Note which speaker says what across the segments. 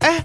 Speaker 1: 哎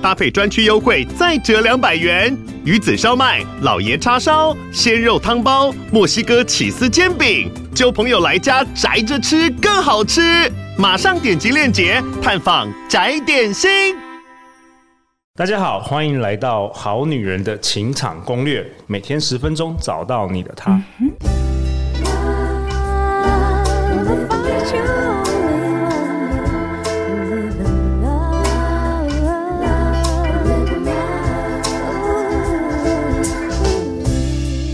Speaker 1: 搭配专区优惠再折两百元。鱼子烧麦、老爷叉烧、鲜肉汤包、墨西哥起司煎饼，就朋友来家宅着吃更好吃。马上点击链接探访宅点心。
Speaker 2: 大家好，欢迎来到《好女人的情场攻略》，每天十分钟，找到你的他。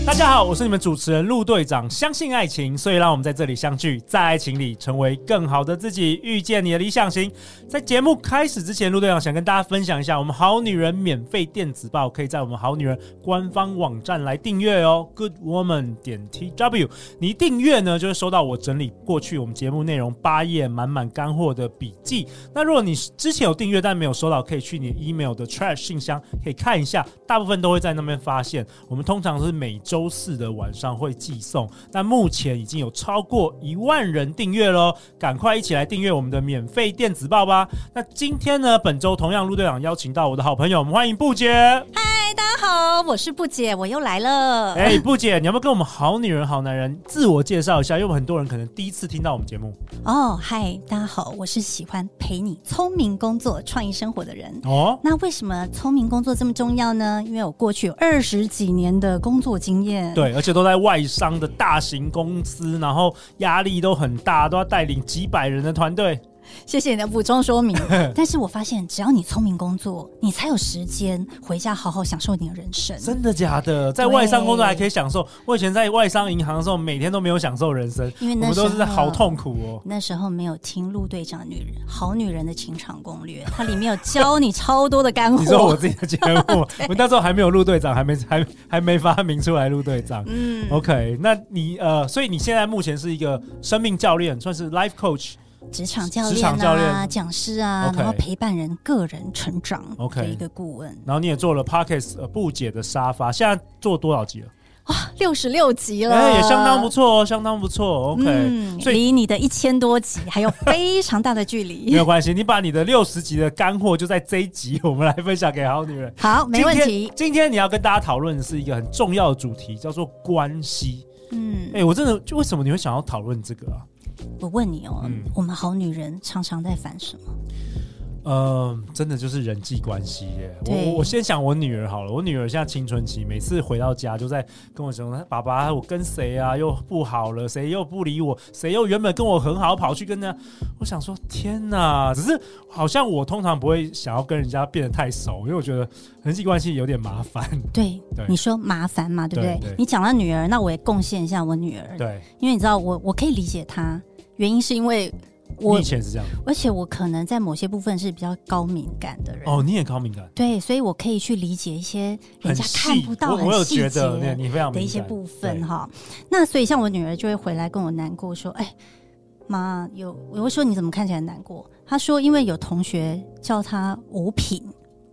Speaker 3: 大家好，我是你们主持人陆队长。相信爱情，所以让我们在这里相聚，在爱情里成为更好的自己，遇见你的理想型。在节目开始之前，陆队长想跟大家分享一下，我们好女人免费电子报可以在我们好女人官方网站来订阅哦，Good Woman 点 T W。你一订阅呢，就会收到我整理过去我们节目内容八页满满干货的笔记。那如果你之前有订阅但没有收到，可以去你的 email 的 trash 信箱可以看一下，大部分都会在那边发现。我们通常是每周四的晚上会寄送，但目前已经有超过一万人订阅喽，赶快一起来订阅我们的免费电子报吧。那今天呢，本周同样陆队长邀请到我的好朋友，我们欢迎布姐。
Speaker 4: 嗨，大家好，我是布姐，我又来了。
Speaker 3: 哎、布姐，你要不要跟我们好女人、好男人自我介绍一下？因为我们很多人可能第一次听到我们节目。
Speaker 4: 哦，嗨，大家好，我是喜欢陪你聪明工作、创意生活的人。
Speaker 3: 哦，
Speaker 4: 那为什么聪明工作这么重要呢？因为我过去有二十几年的工作经验。
Speaker 3: 对，而且都在外商的大型公司，然后压力都很大，都要带领几百人的团队。
Speaker 4: 谢谢你的补充说明。但是我发现，只要你聪明工作，你才有时间回家好好享受你的人生。
Speaker 3: 真的假的？在外商工作还可以享受？我以前在外商银行的时候，每天都没有享受人生，
Speaker 4: 因为
Speaker 3: 我
Speaker 4: 那
Speaker 3: 们
Speaker 4: 时
Speaker 3: 都
Speaker 4: 候
Speaker 3: 是好痛苦哦。
Speaker 4: 那时候没有听陆队长《女人好女人的情场攻略》，它里面有教你超多的干货。
Speaker 3: 你说我自己的节目， 我那时候还没有陆队长，还没 还还没发明出来陆队长。嗯，OK，那你呃，所以你现在目前是一个生命教练，算是 life coach。
Speaker 4: 职场教
Speaker 3: 职
Speaker 4: 练
Speaker 3: 场教
Speaker 4: 啊、
Speaker 3: 练
Speaker 4: 讲师啊
Speaker 3: OK
Speaker 4: 然后陪伴人个人成长
Speaker 3: OK
Speaker 4: 的一个顾问，
Speaker 3: 然后你也做了 Pockets 呃布姐的沙发，现在做多少集了？
Speaker 4: 六十六集了，
Speaker 3: 哎、也相当不。错哦，相当不错。OK，、
Speaker 4: 啊嗯，
Speaker 3: 所以
Speaker 4: 离你的一千多集还有非常大的 距
Speaker 3: 没
Speaker 4: 离。
Speaker 3: 有关系，你把你的六十集的干货就在这一集，我们来分享给好女人。
Speaker 4: 好，没问
Speaker 3: 今
Speaker 4: 题
Speaker 3: 天。今天你要跟大家讨论的是一个很重要的主题，叫做关系。
Speaker 4: 嗯
Speaker 3: 哎、，我真的就为什么你会想要讨论这个啊？
Speaker 4: 我问你哦
Speaker 3: 嗯，
Speaker 4: 我们好女人常常在烦什么？
Speaker 3: 呃，真的就是人际关系耶。我
Speaker 4: 对
Speaker 3: 我我先想我女儿好了，我女儿现在青春期，每次回到家就在跟我说：“爸爸，我跟谁啊又不好了，谁又不理我，谁又原本跟我很好，跑去跟人家。”我想说，天哪！只是好像我通常不会想要跟人家变得太熟，因为我觉得人际关系有点麻烦。
Speaker 4: 对
Speaker 3: 对，
Speaker 4: 你说麻烦嘛，对不
Speaker 3: 对对
Speaker 4: 对？你讲到女儿，那我也贡献一下我女儿，
Speaker 3: 对，
Speaker 4: 因为你知道，我我可以理解她，原因是因为
Speaker 3: 你
Speaker 4: 我
Speaker 3: 以，前是这样
Speaker 4: 而且我可能在某些部分是比较高敏感的人。
Speaker 3: 哦，你也高敏感，
Speaker 4: 对，所以我可以去理解一些人
Speaker 3: 很
Speaker 4: 家
Speaker 3: 细
Speaker 4: 看不到
Speaker 3: 我我有
Speaker 4: 很细
Speaker 3: 觉
Speaker 4: 节
Speaker 3: 得你你非常敏
Speaker 4: 的
Speaker 3: 感
Speaker 4: 一些部分
Speaker 3: 对
Speaker 4: 哈。那所以像我女儿就会回来跟我难过说：“哎，妈，有我会说你怎么看起来难过？”她说：“因为有同学叫她吴品，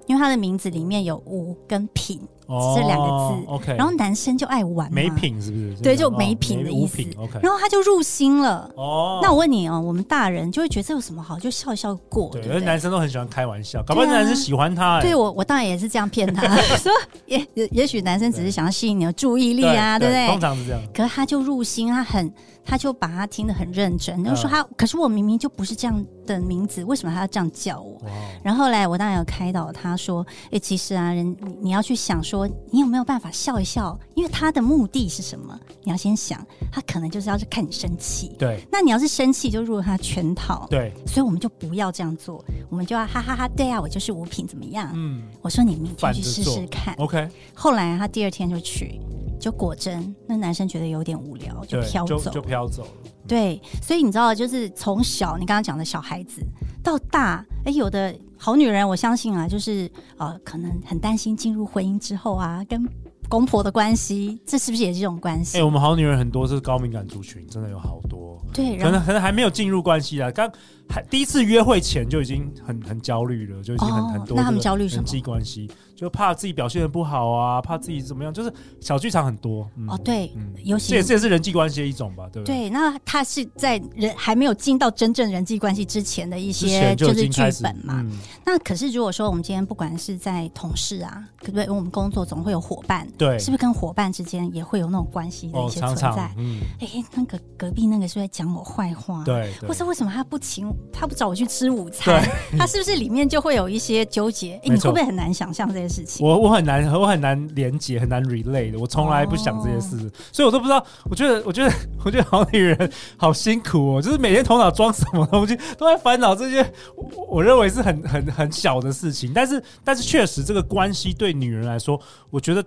Speaker 4: 因为她的名字里面有吴跟品，
Speaker 3: 哦，
Speaker 4: 这两个字
Speaker 3: OK，
Speaker 4: 然后男生就爱玩嘛
Speaker 3: 没，品是不是？
Speaker 4: 对就
Speaker 3: 哦
Speaker 4: 没品的意思
Speaker 3: 无品 OK，
Speaker 4: 然后她就入心了。
Speaker 3: 哦，
Speaker 4: 那我问你哦，我们大人就会觉得这有什么好，就笑一笑过，
Speaker 3: 对，
Speaker 4: 对
Speaker 3: 而
Speaker 4: 不
Speaker 3: 且
Speaker 4: 对
Speaker 3: 男？”生都很喜欢开玩笑，搞不好
Speaker 4: 对啊
Speaker 3: 男生喜欢他、欸。
Speaker 4: 对我，我当然也是这样骗他， 说也也也许男生只是想要吸引你的注意力啊，对不对？
Speaker 3: 通常是这样。
Speaker 4: 可是他就入心，他很，他就把他听得很认真，就说
Speaker 3: 嗯
Speaker 4: 他，可是我明明就不是这样的名字，为什么他要这样叫我？
Speaker 3: 哇，
Speaker 4: 然后后来我当然有开导他说，诶，其实啊，人你你要去想说，你有没有办法笑一笑？因为他的目的是什么？你要先想，他可能就是要去看你生气。
Speaker 3: 对
Speaker 4: 那你要是生气，就入了他圈套。
Speaker 3: 对，
Speaker 4: 所以我们就不要这样做，我们就要哈哈哈对啊，我就是五品，怎么样？
Speaker 3: 嗯
Speaker 4: 我说你明天去
Speaker 3: 反着
Speaker 4: 试
Speaker 3: 做
Speaker 4: 试看。
Speaker 3: ，OK，
Speaker 4: 后来他第二天就去，就果真那男生觉得有点无聊，就
Speaker 3: 对，
Speaker 4: 飘
Speaker 3: 就
Speaker 4: 走。
Speaker 3: 就飘走了。
Speaker 4: 对，所以你知道，就是从小你刚刚讲的小孩子到大，哎，有的好女人，我相信啊，就是呃，可能很担心进入婚姻之后啊，跟公婆的关系，这是不是也是一种关
Speaker 3: 哎、
Speaker 4: 系？
Speaker 3: 我们好女人很多是高敏感族群，真的有好多。
Speaker 4: 对，
Speaker 3: 可
Speaker 4: 然后
Speaker 3: 能可能还没有进入关系啊，刚还第一次约会前就已经很很焦虑了，就已经很、
Speaker 4: 哦
Speaker 3: 很多
Speaker 4: 那他们
Speaker 3: 这个
Speaker 4: 焦虑什
Speaker 3: 人
Speaker 4: 么
Speaker 3: 际关系，就怕自己表现的不好啊，怕自己怎么样，就是小剧场很多。嗯、
Speaker 4: 哦，对
Speaker 3: 嗯，
Speaker 4: 尤
Speaker 3: 这
Speaker 4: 其
Speaker 3: 也这也是人际关系的一种吧，对不对？
Speaker 4: 对，那他是在人还没有进到真正人际关系之前的一
Speaker 3: 之
Speaker 4: 些
Speaker 3: 前就已
Speaker 4: 是
Speaker 3: 经
Speaker 4: 剧
Speaker 3: 开始
Speaker 4: 本嘛。
Speaker 3: 嗯、
Speaker 4: 那可是如果说我们今天不管是在同事啊，对不对？我们工作总会有伙伴，
Speaker 3: 对，
Speaker 4: 是不是跟伙伴之间也会有那种关系的一
Speaker 3: 哦，
Speaker 4: 些存
Speaker 3: 常
Speaker 4: 在？
Speaker 3: 常嗯，
Speaker 4: 哎、那个隔壁那个是不是在讲我坏话？。
Speaker 3: 对，对
Speaker 4: 或是为什么他不请他不找我去吃午餐？
Speaker 3: 对，
Speaker 4: 他是不是里面就会有一些纠结？哎、
Speaker 3: 没
Speaker 4: 你
Speaker 3: 错
Speaker 4: 会不会很难想象这些事情？
Speaker 3: 我我很难我很难连接，很难 relate 的，我从来不想这些
Speaker 4: 哦
Speaker 3: 事，所以我都不知道。我觉得我觉得我觉得好女人好辛苦哦，就是每天头脑装什么东西，都在烦恼这些我我我认为是很很很小的事情，但是但是确实这个关系对女人来说，我觉得。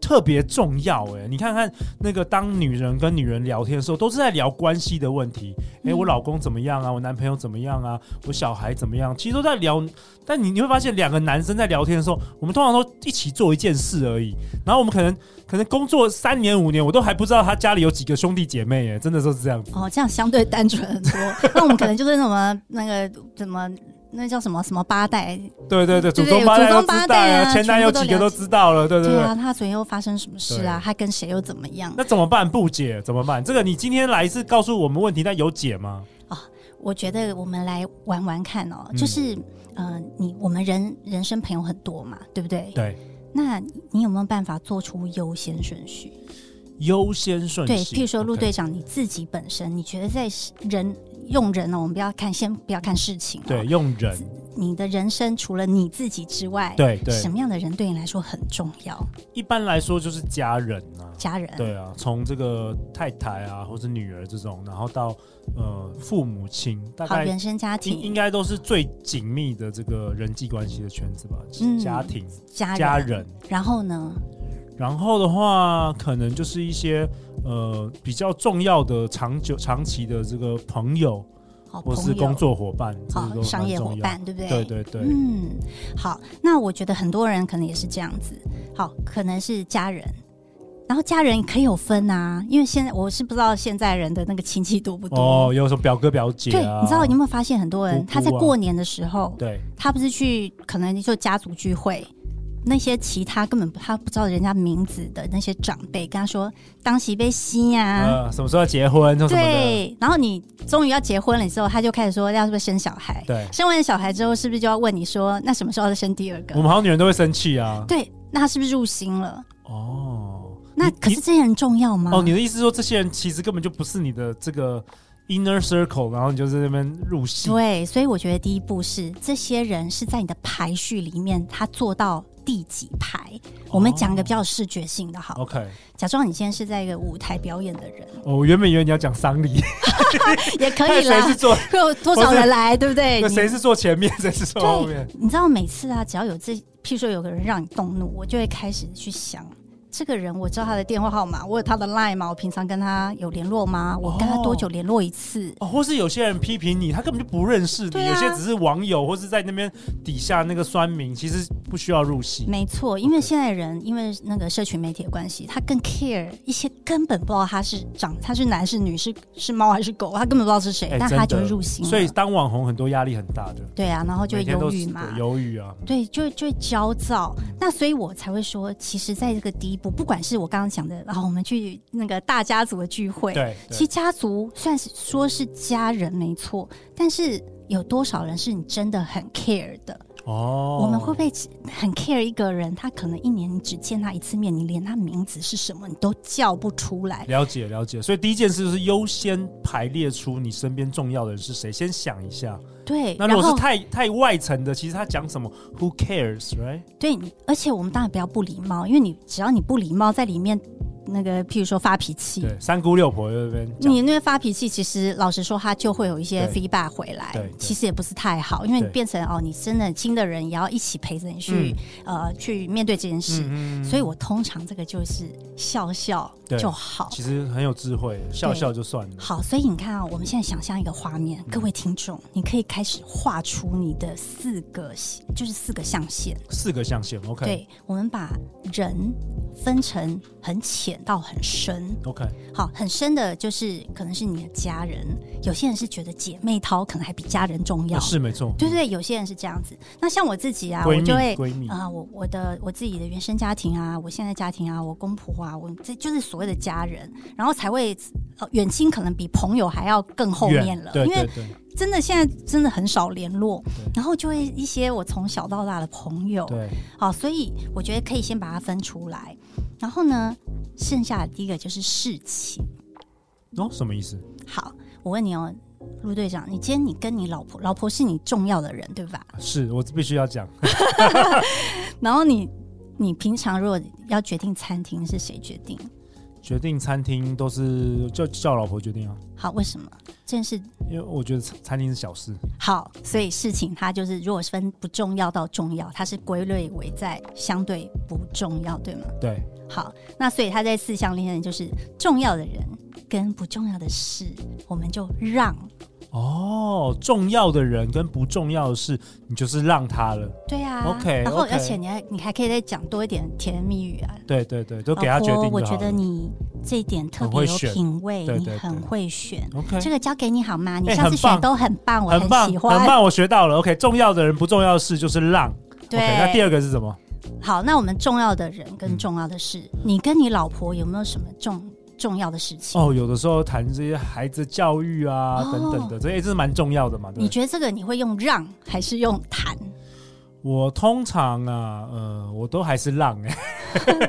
Speaker 3: 特别重要哎、你看看那个当女人跟女人聊天的时候，都是在聊关系的问题。哎、
Speaker 4: 嗯
Speaker 3: 我老公怎么样啊？我男朋友怎么样啊？我小孩怎么样？其实都在聊但你你会发现，两个男生在聊天的时候，我们通常都一起做一件事而已。然后我们可能可能工作三年五年，我都还不知道他家里有几个兄弟姐妹耶，真的都是这样子。
Speaker 4: 哦，这样相对单纯 很多。那我们可能就是什么那个怎么那叫什么什么八代？
Speaker 3: 对对对，祖
Speaker 4: 对对
Speaker 3: 宗八代
Speaker 4: 祖
Speaker 3: 都
Speaker 4: 宗
Speaker 3: 知
Speaker 4: 八
Speaker 3: 道
Speaker 4: 代啊
Speaker 3: 了，前男友几个都知道了，对对
Speaker 4: 对
Speaker 3: 对。
Speaker 4: 啊，他昨天又发生什么事啊？他跟谁又怎么样？
Speaker 3: 那怎么办？不解怎么办？这个你今天来是告诉我们问题，但有解吗？
Speaker 4: 我觉得我们来玩玩看哦，
Speaker 3: 嗯
Speaker 4: 就是呃，你我们人人生朋友很多嘛，对不对？
Speaker 3: 对，
Speaker 4: 那你有没有办法做出优先顺序？
Speaker 3: 优先顺序。
Speaker 4: 对，譬如说陆
Speaker 3: OK
Speaker 4: 队长你自己本身，你觉得在人用人哦呢、我们不要看，先不要看事情、哦。
Speaker 3: 对，用人，
Speaker 4: 你的人生除了你自己之外，
Speaker 3: 对对
Speaker 4: 什么样的人对你来说很重要？
Speaker 3: 一般来说就是家人啊。
Speaker 4: 家人，
Speaker 3: 对啊，从这个太太啊，或者女儿这种，然后到呃父母亲，大
Speaker 4: 好，
Speaker 3: 概
Speaker 4: 原生家
Speaker 3: 应应
Speaker 4: 庭、
Speaker 3: 该都是最紧密的这个人际关系的圈子吧，
Speaker 4: 嗯
Speaker 3: 家庭、
Speaker 4: 家人，
Speaker 3: 家人。
Speaker 4: 然后呢？
Speaker 3: 然后的话，可能就是一些呃比较重要的长久、长期的这个朋友，
Speaker 4: 好，
Speaker 3: 或
Speaker 4: 朋
Speaker 3: 是
Speaker 4: 友，
Speaker 3: 工作伙伴，这
Speaker 4: 好
Speaker 3: 些都
Speaker 4: 商业
Speaker 3: 蛮
Speaker 4: 伙
Speaker 3: 重要。
Speaker 4: 伴，对不对？
Speaker 3: 对对对，
Speaker 4: 嗯，好，那我觉得很多人可能也是这样子，好，可能是家人，然后家人可以有分啊，因为现在我是不知道现在人的那个亲戚多不多。
Speaker 3: 哦，有什么表哥表姐
Speaker 4: 对，
Speaker 3: 啊？
Speaker 4: 你知道你有没有发现很多人
Speaker 3: 姑姑啊
Speaker 4: 他在过年的时候，
Speaker 3: 对
Speaker 4: 他不是去可能就家族聚会，那些其他根本他不知道人家名字的那些长辈跟他说当喜被西呀，
Speaker 3: 呃，什么时候要结婚？什么什么的，
Speaker 4: 啊对，然后你终于要结婚了之后，他就开始说要是不是生小孩，
Speaker 3: 对，
Speaker 4: 生完小孩之后是不是就要问你说那什么时候要生第二个
Speaker 3: 我？们好女人都会生气啊。
Speaker 4: 对，那他是不是入心了？
Speaker 3: 哦，
Speaker 4: 那
Speaker 3: 你
Speaker 4: 可是这些很重要吗？
Speaker 3: 哦，你的意思是说这些人其实根本就不是你的这个 inner circle，然后你就在那边入戏。
Speaker 4: 对，啊所以我觉得第一步是这些人是在你的排序里面，他做到第几排？
Speaker 3: 哦
Speaker 4: 我们讲一个比较有视觉性的好，
Speaker 3: OK，
Speaker 4: 假装你今天是在一个舞台表演的 人
Speaker 3: 哦，我原本以为你要讲丧礼，
Speaker 4: 也可
Speaker 3: 看
Speaker 4: 以
Speaker 3: 谁是
Speaker 4: 啦，
Speaker 3: 坐，
Speaker 4: 有 多少人来，对不对？
Speaker 3: 那
Speaker 4: 你
Speaker 3: 谁是坐前面，谁 是坐后面
Speaker 4: 对。，你知道每次啊，只要有这，譬如说有个人让你动怒，我就会开始去想。这个人我知道他的电话号码，我有他的 line 吗？我平常跟他有联络吗？我跟他多久联络一次？
Speaker 3: 哦，或是有些人批评你，他根本就不认识你，
Speaker 4: 对啊
Speaker 3: 有些只是网友，或是在那边底下那个酸民，其实不需要入戏。
Speaker 4: 没错，因为
Speaker 3: OK
Speaker 4: 现在人因为那个社群媒体的关系，他更 care 一些根本不知道他是长他是男是女是是猫还是狗，他根本不知道是谁，
Speaker 3: 哎
Speaker 4: 但他就
Speaker 3: 真
Speaker 4: 会
Speaker 3: 的
Speaker 4: 入心了。
Speaker 3: 所以当网红很多压力很大的，
Speaker 4: 对啊，然后就会
Speaker 3: 每天
Speaker 4: 忧
Speaker 3: 都
Speaker 4: 郁
Speaker 3: 是
Speaker 4: 嘛，
Speaker 3: 对忧郁啊，
Speaker 4: 对，就就会焦躁。那所以我才会说，其实在这个第一步，不管是我刚刚讲的，然后我们去那个大家族的聚会，
Speaker 3: 对，
Speaker 4: 其实
Speaker 3: 对
Speaker 4: 家族算是说是家人没错，但是有多少人是你真的很 care 的？
Speaker 3: 哦，
Speaker 4: 我们会不会只很 care 一个人？他可能一年你只见他一次面，你连他名字是什么你都叫不出来。
Speaker 3: 了解了解，所以第一件事就是优先排列出你身边重要的人是谁，先想一下。
Speaker 4: 对，
Speaker 3: 那如
Speaker 4: 然
Speaker 3: 果是
Speaker 4: 后
Speaker 3: 太太外层的，其实他讲什么，Who cares，right？
Speaker 4: 对，你而且我们当然不要不礼貌，因为你只要你不礼貌，在里面那个譬如说发脾气，
Speaker 3: 对，三姑六婆在那边讲，
Speaker 4: 嗯你那发脾气，其实老实说，他就会有一些
Speaker 3: 对
Speaker 4: feedback 回来
Speaker 3: 对对，
Speaker 4: 其实也不是太好，因为你
Speaker 3: 对
Speaker 4: 变成哦，你真的亲的人也要一起陪着你去、呃去面对这件事。
Speaker 3: 嗯嗯
Speaker 4: 所以我通常这个就是笑笑
Speaker 3: 对
Speaker 4: 就好。
Speaker 3: 其实很有智慧，笑笑就算了。
Speaker 4: 好，所以你看啊，我们现在想象一个画面，
Speaker 3: 嗯
Speaker 4: 各位听众，你可以开始画出你的四个，就是四个象限。
Speaker 3: 四个象限，OK，
Speaker 4: 对，我们把人分成很浅浅到很深。
Speaker 3: OK，
Speaker 4: 好，很深的就是可能是你的家人，有些人是觉得姐妹淘可能还比家人重要。
Speaker 3: 啊是没错，
Speaker 4: 对对对，有些人是这样子。那像我自己啊，
Speaker 3: 闺
Speaker 4: 我
Speaker 3: 蜜
Speaker 4: 就会
Speaker 3: 闺蜜
Speaker 4: 啊、我我的我自己的原生家庭啊，我现在家庭啊，我公婆啊，我这就是所谓的家人，然后才会呃远亲可能比朋友还要更后
Speaker 3: 远
Speaker 4: 面了，
Speaker 3: 对
Speaker 4: 因为
Speaker 3: 对对，
Speaker 4: 真的现在真的很少联络
Speaker 3: 对，
Speaker 4: 然后就会一些我从小到大的朋友，
Speaker 3: 对
Speaker 4: 好，所以我觉得可以先把它分出来，然后呢，剩下的第一个就是事情。
Speaker 3: 哦，什么意思？
Speaker 4: 好，我问你哦，陆队长，你今天你跟你老婆，老婆是你重要的人，对吧？
Speaker 3: 是我必须要讲，
Speaker 4: 然后你你平常如果要决定餐厅是谁决定，
Speaker 3: 决定餐厅都是就叫老婆决定啊，
Speaker 4: 好，为什么？这件事
Speaker 3: 因为我觉得餐餐厅是小事，
Speaker 4: 好，所以事情它就是如果是分不重要到重要，它是归类为在相对不重要，对吗？
Speaker 3: 对，
Speaker 4: 好，那所以它在四项恋人就是重要的人跟不重要的事，我们就让。
Speaker 3: 哦，重要的人跟不重要的事，你就是让他了，
Speaker 4: 对啊
Speaker 3: OK，
Speaker 4: 然后
Speaker 3: OK
Speaker 4: 而且你还你还可以再讲多一点甜言蜜语啊，
Speaker 3: 对对对，都
Speaker 4: 老
Speaker 3: 给他决定
Speaker 4: 婆，
Speaker 3: 就好
Speaker 4: 我
Speaker 3: 了。
Speaker 4: 觉得你这一点特
Speaker 3: 很会
Speaker 4: 别有
Speaker 3: 选
Speaker 4: 品味，
Speaker 3: 对对
Speaker 4: 你很
Speaker 3: 对
Speaker 4: 会选。
Speaker 3: OK，
Speaker 4: 这个交给你好吗？你
Speaker 3: 哎
Speaker 4: 上
Speaker 3: 很
Speaker 4: 次选
Speaker 3: 棒
Speaker 4: 都很棒，我
Speaker 3: 很棒，
Speaker 4: 喜
Speaker 3: 很
Speaker 4: 欢。
Speaker 3: 棒，我学到了。OK，重要的人不重要的事就是让。
Speaker 4: 对
Speaker 3: OK，那第二个是什么？
Speaker 4: 好，那我们重要的人
Speaker 3: 嗯
Speaker 4: 跟重要的事，你跟你老婆有没有什么重重要的事情？
Speaker 3: 哦，有的时候谈这些孩子教育啊、
Speaker 4: 哦
Speaker 3: 等等的，这些这是蛮重要的嘛。对不对，
Speaker 4: 你觉得这个你会用让还是用 谈？
Speaker 3: 我通常啊，呃，我都还是让哎、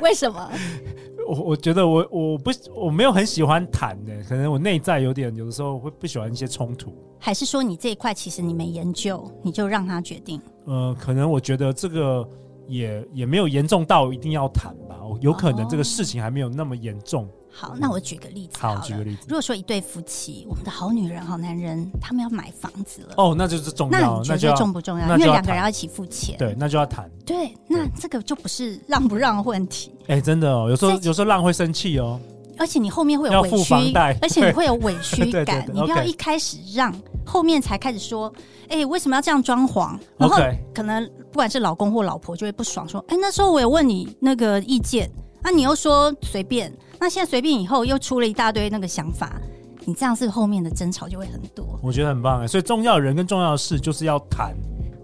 Speaker 4: 为什么？
Speaker 3: 我我觉得我我不我没有很喜欢谈的、可能我内在有点有的时候会不喜欢一些冲突。
Speaker 4: 还是说你这一块其实你没研究，你就让他决定？
Speaker 3: 呃，可能我觉得这个也也没有严重到一定要谈吧，我有可
Speaker 4: 哦
Speaker 3: 能这个事情还没有那么严重。
Speaker 4: 好，那我举个例子
Speaker 3: 好，
Speaker 4: 好了。
Speaker 3: 举个例子
Speaker 4: 如，果说一对夫妻，我们的好女人、好男人，他们要买房子了，
Speaker 3: 哦，那就是重
Speaker 4: 那
Speaker 3: 要，
Speaker 4: 你觉
Speaker 3: 那就
Speaker 4: 得
Speaker 3: 要
Speaker 4: 重不重要？
Speaker 3: 那
Speaker 4: 因
Speaker 3: 就
Speaker 4: 为
Speaker 3: 要
Speaker 4: 两个人
Speaker 3: 谈
Speaker 4: 要一起付钱。
Speaker 3: 对，那就要谈。
Speaker 4: 对那这个就不是让不让的问题，
Speaker 3: 哎、真的哦，有时候
Speaker 4: 所以
Speaker 3: 有时候浪会生气哦。
Speaker 4: 而且你后面会有
Speaker 3: 要
Speaker 4: 委
Speaker 3: 付
Speaker 4: 屈
Speaker 3: 房贷，
Speaker 4: 而且你会有委屈
Speaker 3: 对对对
Speaker 4: 感。
Speaker 3: 对
Speaker 4: 你不要
Speaker 3: OK
Speaker 4: 一开始让，后面才开始说，哎、为什么要这样装潢？然后
Speaker 3: OK
Speaker 4: 可能不管是老公或老婆就会不爽，说，哎、那时候我有问你那个意见，那、你又说随便，那现在随便以后又出了一大堆那个想法，你这样是后面的争吵就会很多。
Speaker 3: 我觉得很棒哎，所以重要的人跟重要的事就是要谈，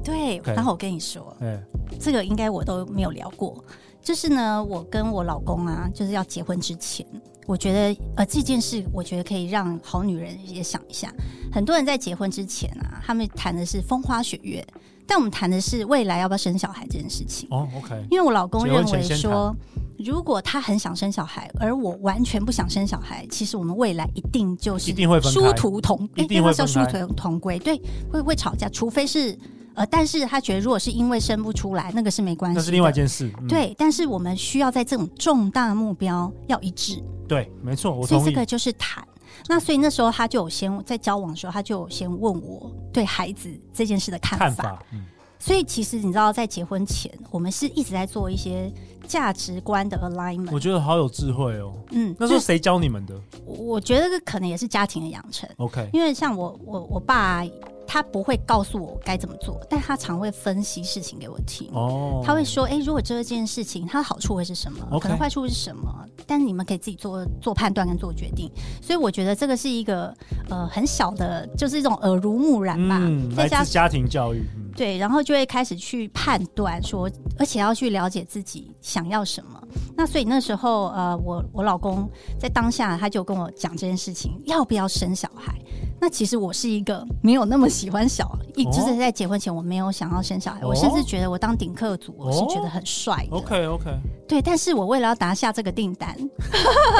Speaker 4: 对
Speaker 3: OK
Speaker 4: 然后我跟你说，
Speaker 3: 哎，
Speaker 4: 这个应该我都没有聊过。就是呢，我跟我老公啊，就是要结婚之前，我觉得呃这件事，我觉得可以让好女人也想一下。很多人在结婚之前啊，他们谈的是风花雪月，但我们谈的是未来要不要生小孩这件事情。
Speaker 3: 哦，OK，
Speaker 4: 因为我老公
Speaker 3: 结婚
Speaker 4: 认为
Speaker 3: 前先
Speaker 4: 说
Speaker 3: 谈，
Speaker 4: 如果他很想生小孩，而我完全不想生小孩，其实我们未来一定就是
Speaker 3: 一定会分开
Speaker 4: 殊途同，
Speaker 3: 一定会
Speaker 4: 哎要不要叫殊
Speaker 3: 分开
Speaker 4: 途同归，对，会会吵架，除非是呃，但是他觉得如果是因为生不出来，那个是没关系，
Speaker 3: 那是另外一。件事，嗯
Speaker 4: 对，但是我们需要在这种重大目标要一致，
Speaker 3: 对，没错，我
Speaker 4: 所以
Speaker 3: 同
Speaker 4: 这
Speaker 3: 意
Speaker 4: 个，就是谈。那所以那时候他就有先在交往的时候，他就有先问我对孩子这件事的看法。
Speaker 3: 看法，嗯，
Speaker 4: 所以其实你知道，在结婚前，我们是一直在做一些价值观的
Speaker 3: 我
Speaker 4: alignment。
Speaker 3: 觉得好有智慧哦。
Speaker 4: 嗯，
Speaker 3: 那时候
Speaker 4: 就
Speaker 3: 谁教你们的
Speaker 4: 我我觉得这可能也是家庭的养成，
Speaker 3: ？OK，
Speaker 4: 因为像我我我爸，他不会告诉我该怎么做，但他常会分析事情给我听。
Speaker 3: 哦，
Speaker 4: 他会说：“哎、如果这件事情，它的好处会是什么
Speaker 3: OK
Speaker 4: 可能坏处会是什么？但你们可以自己做做判断跟做决定。所以我觉得这个是一个呃很小的，就是一种耳濡目染吧。
Speaker 3: 嗯，
Speaker 4: 再
Speaker 3: 来
Speaker 4: 加
Speaker 3: 自家庭教育，嗯
Speaker 4: 对，然后就会开始去判断说，而且要去了解自己想要什么。那所以那时候，呃，我我老公在当下他就跟我讲这件事情，要不要生小孩？那其实我是一个没有那么喜欢小，一、
Speaker 3: 哦
Speaker 4: 就是在结婚前我没有想要生小孩，我甚至觉得我当顶客族我是觉得很帅的。
Speaker 3: 哦，OK OK，
Speaker 4: 对，但是我为了要拿下这个订单，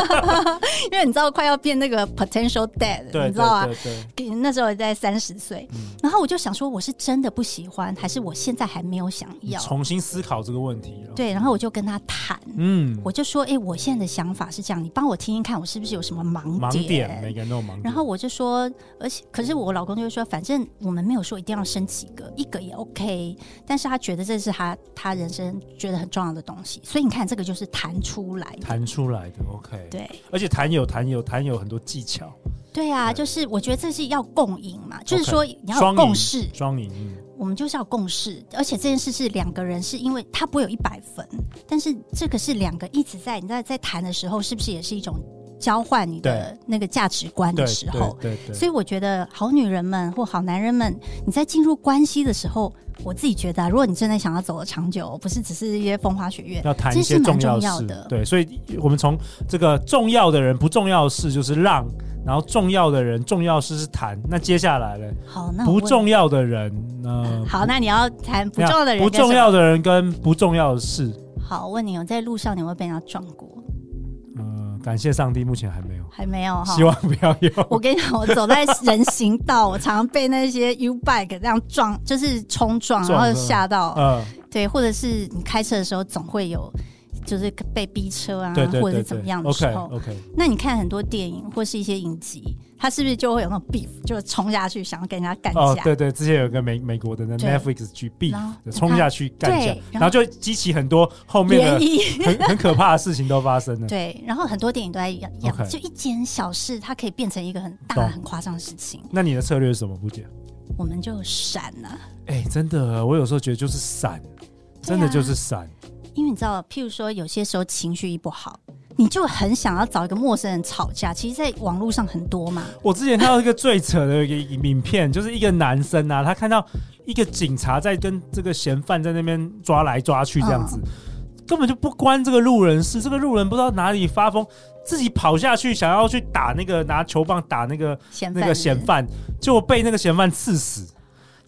Speaker 4: 因为你知道快要变那个 potential dad，
Speaker 3: 对，
Speaker 4: 你知道啊，
Speaker 3: 对对
Speaker 4: 给那时候在三十岁，
Speaker 3: 嗯
Speaker 4: 然后我就想说，我是真的不喜欢，还是我现在还没有想
Speaker 3: 对，
Speaker 4: 要？
Speaker 3: 重新思考这个问题了，，
Speaker 4: 对，然后我就跟他谈，
Speaker 3: 嗯，
Speaker 4: 我就说，哎、我现在的想法是这样，你帮我听听看，我是不是有什么盲
Speaker 3: 盲
Speaker 4: 点？
Speaker 3: 点，每个人都有盲点，
Speaker 4: 然后我就说，而且可是我老公就会说，反正我们没有说一定要生几个，一个也 OK。但是他觉得这是他他人生觉得很重要的东西，所以你看这个就是谈出来的，
Speaker 3: 谈出来的，OK，，
Speaker 4: 对
Speaker 3: 而且谈有谈有谈有很多技巧，
Speaker 4: 对啊，就是我觉得这是要共赢嘛，就是说你要
Speaker 3: OK，
Speaker 4: 有共识，
Speaker 3: 双赢，嗯
Speaker 4: 我们就是要共识，而且这件事是两个人，是因为他不会有一百分，但是这个是两个一直在你在在谈的时候，是不是也是一种交换你的那个价值观的
Speaker 3: 对
Speaker 4: 时候？
Speaker 3: 对对对，
Speaker 4: 所以我觉得好女人们或好男人们，你在进入关系的时候，我自己觉得、啊，如果你真的想要走得长久，不是只是一些风花雪月，
Speaker 3: 要谈
Speaker 4: 这
Speaker 3: 一
Speaker 4: 是
Speaker 3: 些
Speaker 4: 蛮
Speaker 3: 要
Speaker 4: 重要
Speaker 3: 事
Speaker 4: 的
Speaker 3: 对，所以我们从这个重要的人、不重要的事，就是让，然后重要的人、重要事是谈。那接下来呢？
Speaker 4: 好，那我
Speaker 3: 不
Speaker 4: 问
Speaker 3: 重要的人，呃，
Speaker 4: 好，那你要谈 不
Speaker 3: 没有
Speaker 4: 重要的人，
Speaker 3: 不重要。的人跟不重要的事，
Speaker 4: 好，我问你，我在路上你有没有被人家撞过？
Speaker 3: 呃，感谢上帝，目前还没有，
Speaker 4: 还没有哈。
Speaker 3: 希望不要有。
Speaker 4: 哦我跟你讲，我走在人行道，我常常被那些 U bike 这样撞，就是冲撞，
Speaker 3: 撞
Speaker 4: 然后吓 到。
Speaker 3: 呃，
Speaker 4: 对，或者是你开车的时候，总会有就是被逼车啊，
Speaker 3: 对对
Speaker 4: 或者
Speaker 3: 对
Speaker 4: 是怎么
Speaker 3: 对
Speaker 4: 样的时
Speaker 3: ，OK
Speaker 4: 候。
Speaker 3: OK，
Speaker 4: 那你看很多电影或是一些影集，它是不是就会有那种 beef，就冲下去想要跟人家干架？
Speaker 3: 哦，对对，之前有个美美国的那
Speaker 4: 对
Speaker 3: Netflix 剧 B
Speaker 4: 然后
Speaker 3: 冲下去干架
Speaker 4: 对，然后
Speaker 3: 然后就激起很多后面
Speaker 4: 联
Speaker 3: 的嗯
Speaker 4: 谊
Speaker 3: 很很可怕的事情都发生了。
Speaker 4: 对，然后很多电影都在养养
Speaker 3: OK
Speaker 4: 就一件小事，它可以变成一个很大
Speaker 3: 懂
Speaker 4: 很夸张的事情，
Speaker 3: 那你的策略是什么，不姐？
Speaker 4: 我们就闪啊了、
Speaker 3: 哎，真的，我有时候觉得就是闪，真
Speaker 4: 啊
Speaker 3: 的就是闪。
Speaker 4: 因为你知道，譬如说，有些时候情绪一不好，你就很想要找一个陌生人吵架。其实，在网络上很多嘛，
Speaker 3: 我之前看到一个最扯的一个影片，就是一个男生啊，他看到一个警察在跟这个嫌犯在那边抓来抓去这样
Speaker 4: 啊
Speaker 3: 子，根本就不关这个路人事。这个路人不知道哪里发疯，自己跑下去想要去打那个拿球棒打那个
Speaker 4: 嫌犯
Speaker 3: 那个嫌犯，结果被那个嫌犯刺死。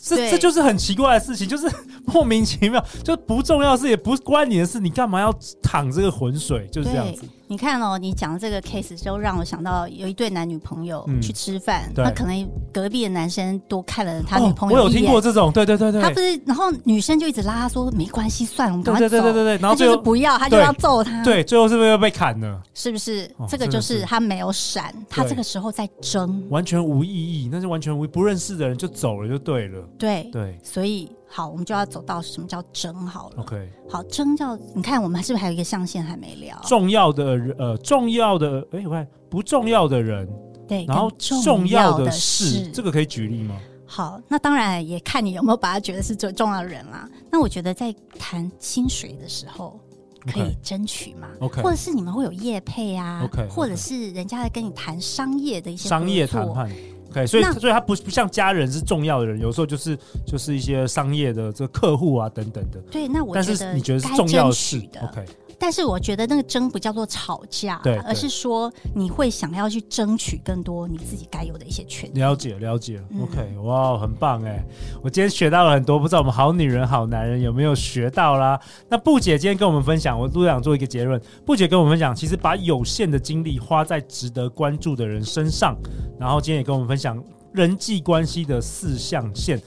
Speaker 3: 这
Speaker 4: 对
Speaker 3: 这就是很奇怪的事情，就是莫名其妙，就不重要的事，也不关你的事，你干嘛要淌这个浑水？就是这样
Speaker 4: 对
Speaker 3: 子。，
Speaker 4: 你看哦，你讲这个 case 就让我想到有一对男女朋友
Speaker 3: 嗯
Speaker 4: 去吃饭，
Speaker 3: 对
Speaker 4: 那、可能隔壁的男生多看了他
Speaker 3: 哦
Speaker 4: 女朋
Speaker 3: 我
Speaker 4: 友
Speaker 3: 有
Speaker 4: 一眼，
Speaker 3: 听过这种，对对对对，
Speaker 4: 他不是，然后女生就一直拉他说没关系，算了，我们赶
Speaker 3: 对
Speaker 4: 快
Speaker 3: 对
Speaker 4: 走。
Speaker 3: 对对对对，然
Speaker 4: 他
Speaker 3: 后最
Speaker 4: 就是
Speaker 3: 后
Speaker 4: 不要，他就
Speaker 3: 对
Speaker 4: 要揍他，，
Speaker 3: 对，最后是不是又被砍了？
Speaker 4: 是不是？
Speaker 3: 哦
Speaker 4: 这个
Speaker 3: 真的
Speaker 4: 就是
Speaker 3: 是
Speaker 4: 他没有闪，他
Speaker 3: 对
Speaker 4: 这个时候在争，
Speaker 3: 完全无意义，那是完全无不认识的人就走了就对了。
Speaker 4: 对，
Speaker 3: 对
Speaker 4: 所以好，我们就要走到什么叫争好了。
Speaker 3: ，OK，
Speaker 4: 好，争叫你看，我们是不是还有一个象限还没聊？
Speaker 3: 重要的人呃，重要的哎，我看不重要的人，
Speaker 4: 对，
Speaker 3: 然后
Speaker 4: 跟重
Speaker 3: 重要
Speaker 4: 的
Speaker 3: 的事，这个可以举例吗？
Speaker 4: 好，那当然也看你有没有把他觉得是最重要的人啦。
Speaker 3: 嗯
Speaker 4: 那我觉得在谈薪水的时候。可以
Speaker 3: OK
Speaker 4: 争取嘛
Speaker 3: OK
Speaker 4: 或者是你们会有业配啊
Speaker 3: OK，OK
Speaker 4: 或者是人家在跟你谈商业的一些
Speaker 3: 商业
Speaker 4: 合
Speaker 3: 谈
Speaker 4: 作
Speaker 3: 判。OK，所以
Speaker 4: 那
Speaker 3: 所以他不不像家人是重要的人，有时候就是就是一些商业的这个客户啊等等的。
Speaker 4: 对，那我
Speaker 3: 但
Speaker 4: 觉
Speaker 3: 是
Speaker 4: 得
Speaker 3: 你觉得是
Speaker 4: 该
Speaker 3: 重要
Speaker 4: 争
Speaker 3: 的
Speaker 4: 取
Speaker 3: 事
Speaker 4: 的
Speaker 3: ，OK，
Speaker 4: 但是我觉得那个争不叫做吵架，
Speaker 3: 对
Speaker 4: 而
Speaker 3: 对
Speaker 4: 是说你会想要去争取更多你自己该有的一些权益。
Speaker 3: 了解了解、
Speaker 4: 嗯
Speaker 3: o k 哇，很棒哎！我今天学到了很多，不知道我们好女人、好男人有没有学到啦？那布姐今天跟我们分享，我都想做一个结论。布姐跟我们分享，其实把有限的精力花在值得关注的人身上，然后今天也跟我们分享人际关系的四象限：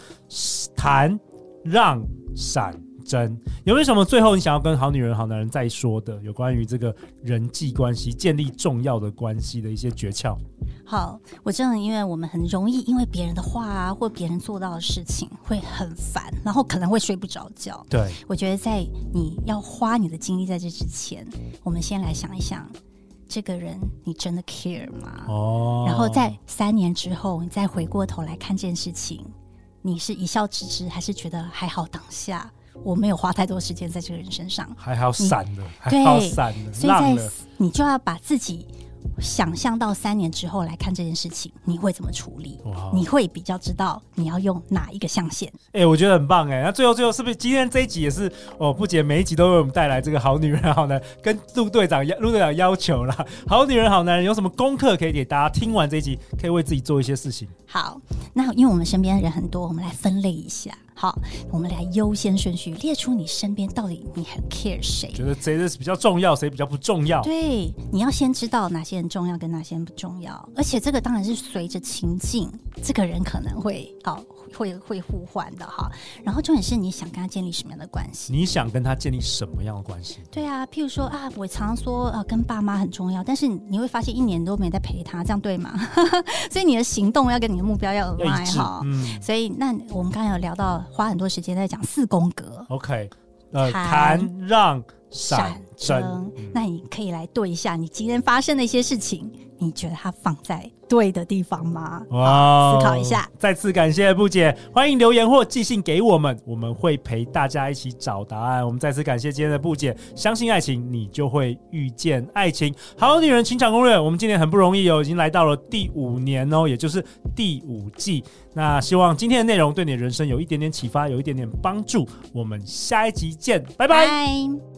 Speaker 3: 谈、让、闪、争。有没有什么最后你想要跟好女人、好男人再说的，有关于这个人际关系、建立重要的关系的一些诀窍？
Speaker 4: 好，我真的因为我们很容易因为别人的话啊，或别人做到的事情会很烦，然后可能会睡不着觉。
Speaker 3: 对。
Speaker 4: 我觉得在你要花你的精力在这之前，我们先来想一想，这个人你真的 care 吗？
Speaker 3: 哦
Speaker 4: 然后在三年之后，你再回过头来看这件事情，你是一笑置之，还是觉得还好当下我没有花太多时间在这个人身上？
Speaker 3: 还好闪了，
Speaker 4: 嗯对
Speaker 3: 还好闪啊了，
Speaker 4: 所以
Speaker 3: 浪
Speaker 4: 在
Speaker 3: 了。
Speaker 4: 你就要把自己想象到三年之后来看这件事情，你会怎么处理？
Speaker 3: 哇哦
Speaker 4: 你会比较知道你要用哪一个象限。
Speaker 3: 哎、我觉得很棒哎、那最后最后是不是今天这一集也是哦？不姐每一集都为我们带来这个好女人好男人， 跟陆队长要陆队长要求啦，好女人好男人有什么功课可以给大家？听完这一集可以为自己做一些事情。
Speaker 4: 好，那因为我们身边人很多，我们来分类一下。好，我们来优先顺序列出你身边到底你很 care 谁。
Speaker 3: 觉得谁是比较重要，谁比较不重要？
Speaker 4: 对，你要先知道哪些人重要跟哪些人不重要，而且这个当然是随着情境，这个人可能会哦会会互换的哈。然后重点是你想跟他建立什么样的关系。
Speaker 3: 你想跟他建立什么样的关系？
Speaker 4: 对啊，譬如说啊，我常说啊，跟爸妈很重要，但是你你会发现一年都没在陪他，这样对吗？ 所以你的行动要跟你的目标要有
Speaker 3: 要一
Speaker 4: line
Speaker 3: 致
Speaker 4: 哈。。
Speaker 3: 嗯
Speaker 4: 所以那我们刚才有聊到，花很多时间在讲四宫格。
Speaker 3: ，OK，呃，
Speaker 4: 谈
Speaker 3: 谈让闪
Speaker 4: 争
Speaker 3: 争，嗯
Speaker 4: 那你可以来对一下，你今天发生的一些事情，你觉得它放在对的地方吗？
Speaker 3: 哇
Speaker 4: 思考一下。
Speaker 3: 再次感谢布姐，欢迎留言或寄信给我们，我们会陪大家一起找答案。我们再次感谢今天的布姐，相信爱情，你就会遇见爱情。好女人情场攻略，我们今年很不容易哦，已经来到了第五年哦，也就是第五季。那希望今天的内容对你的人生有一点点启发，有一点点帮助。我们下一集见，拜拜。
Speaker 4: 拜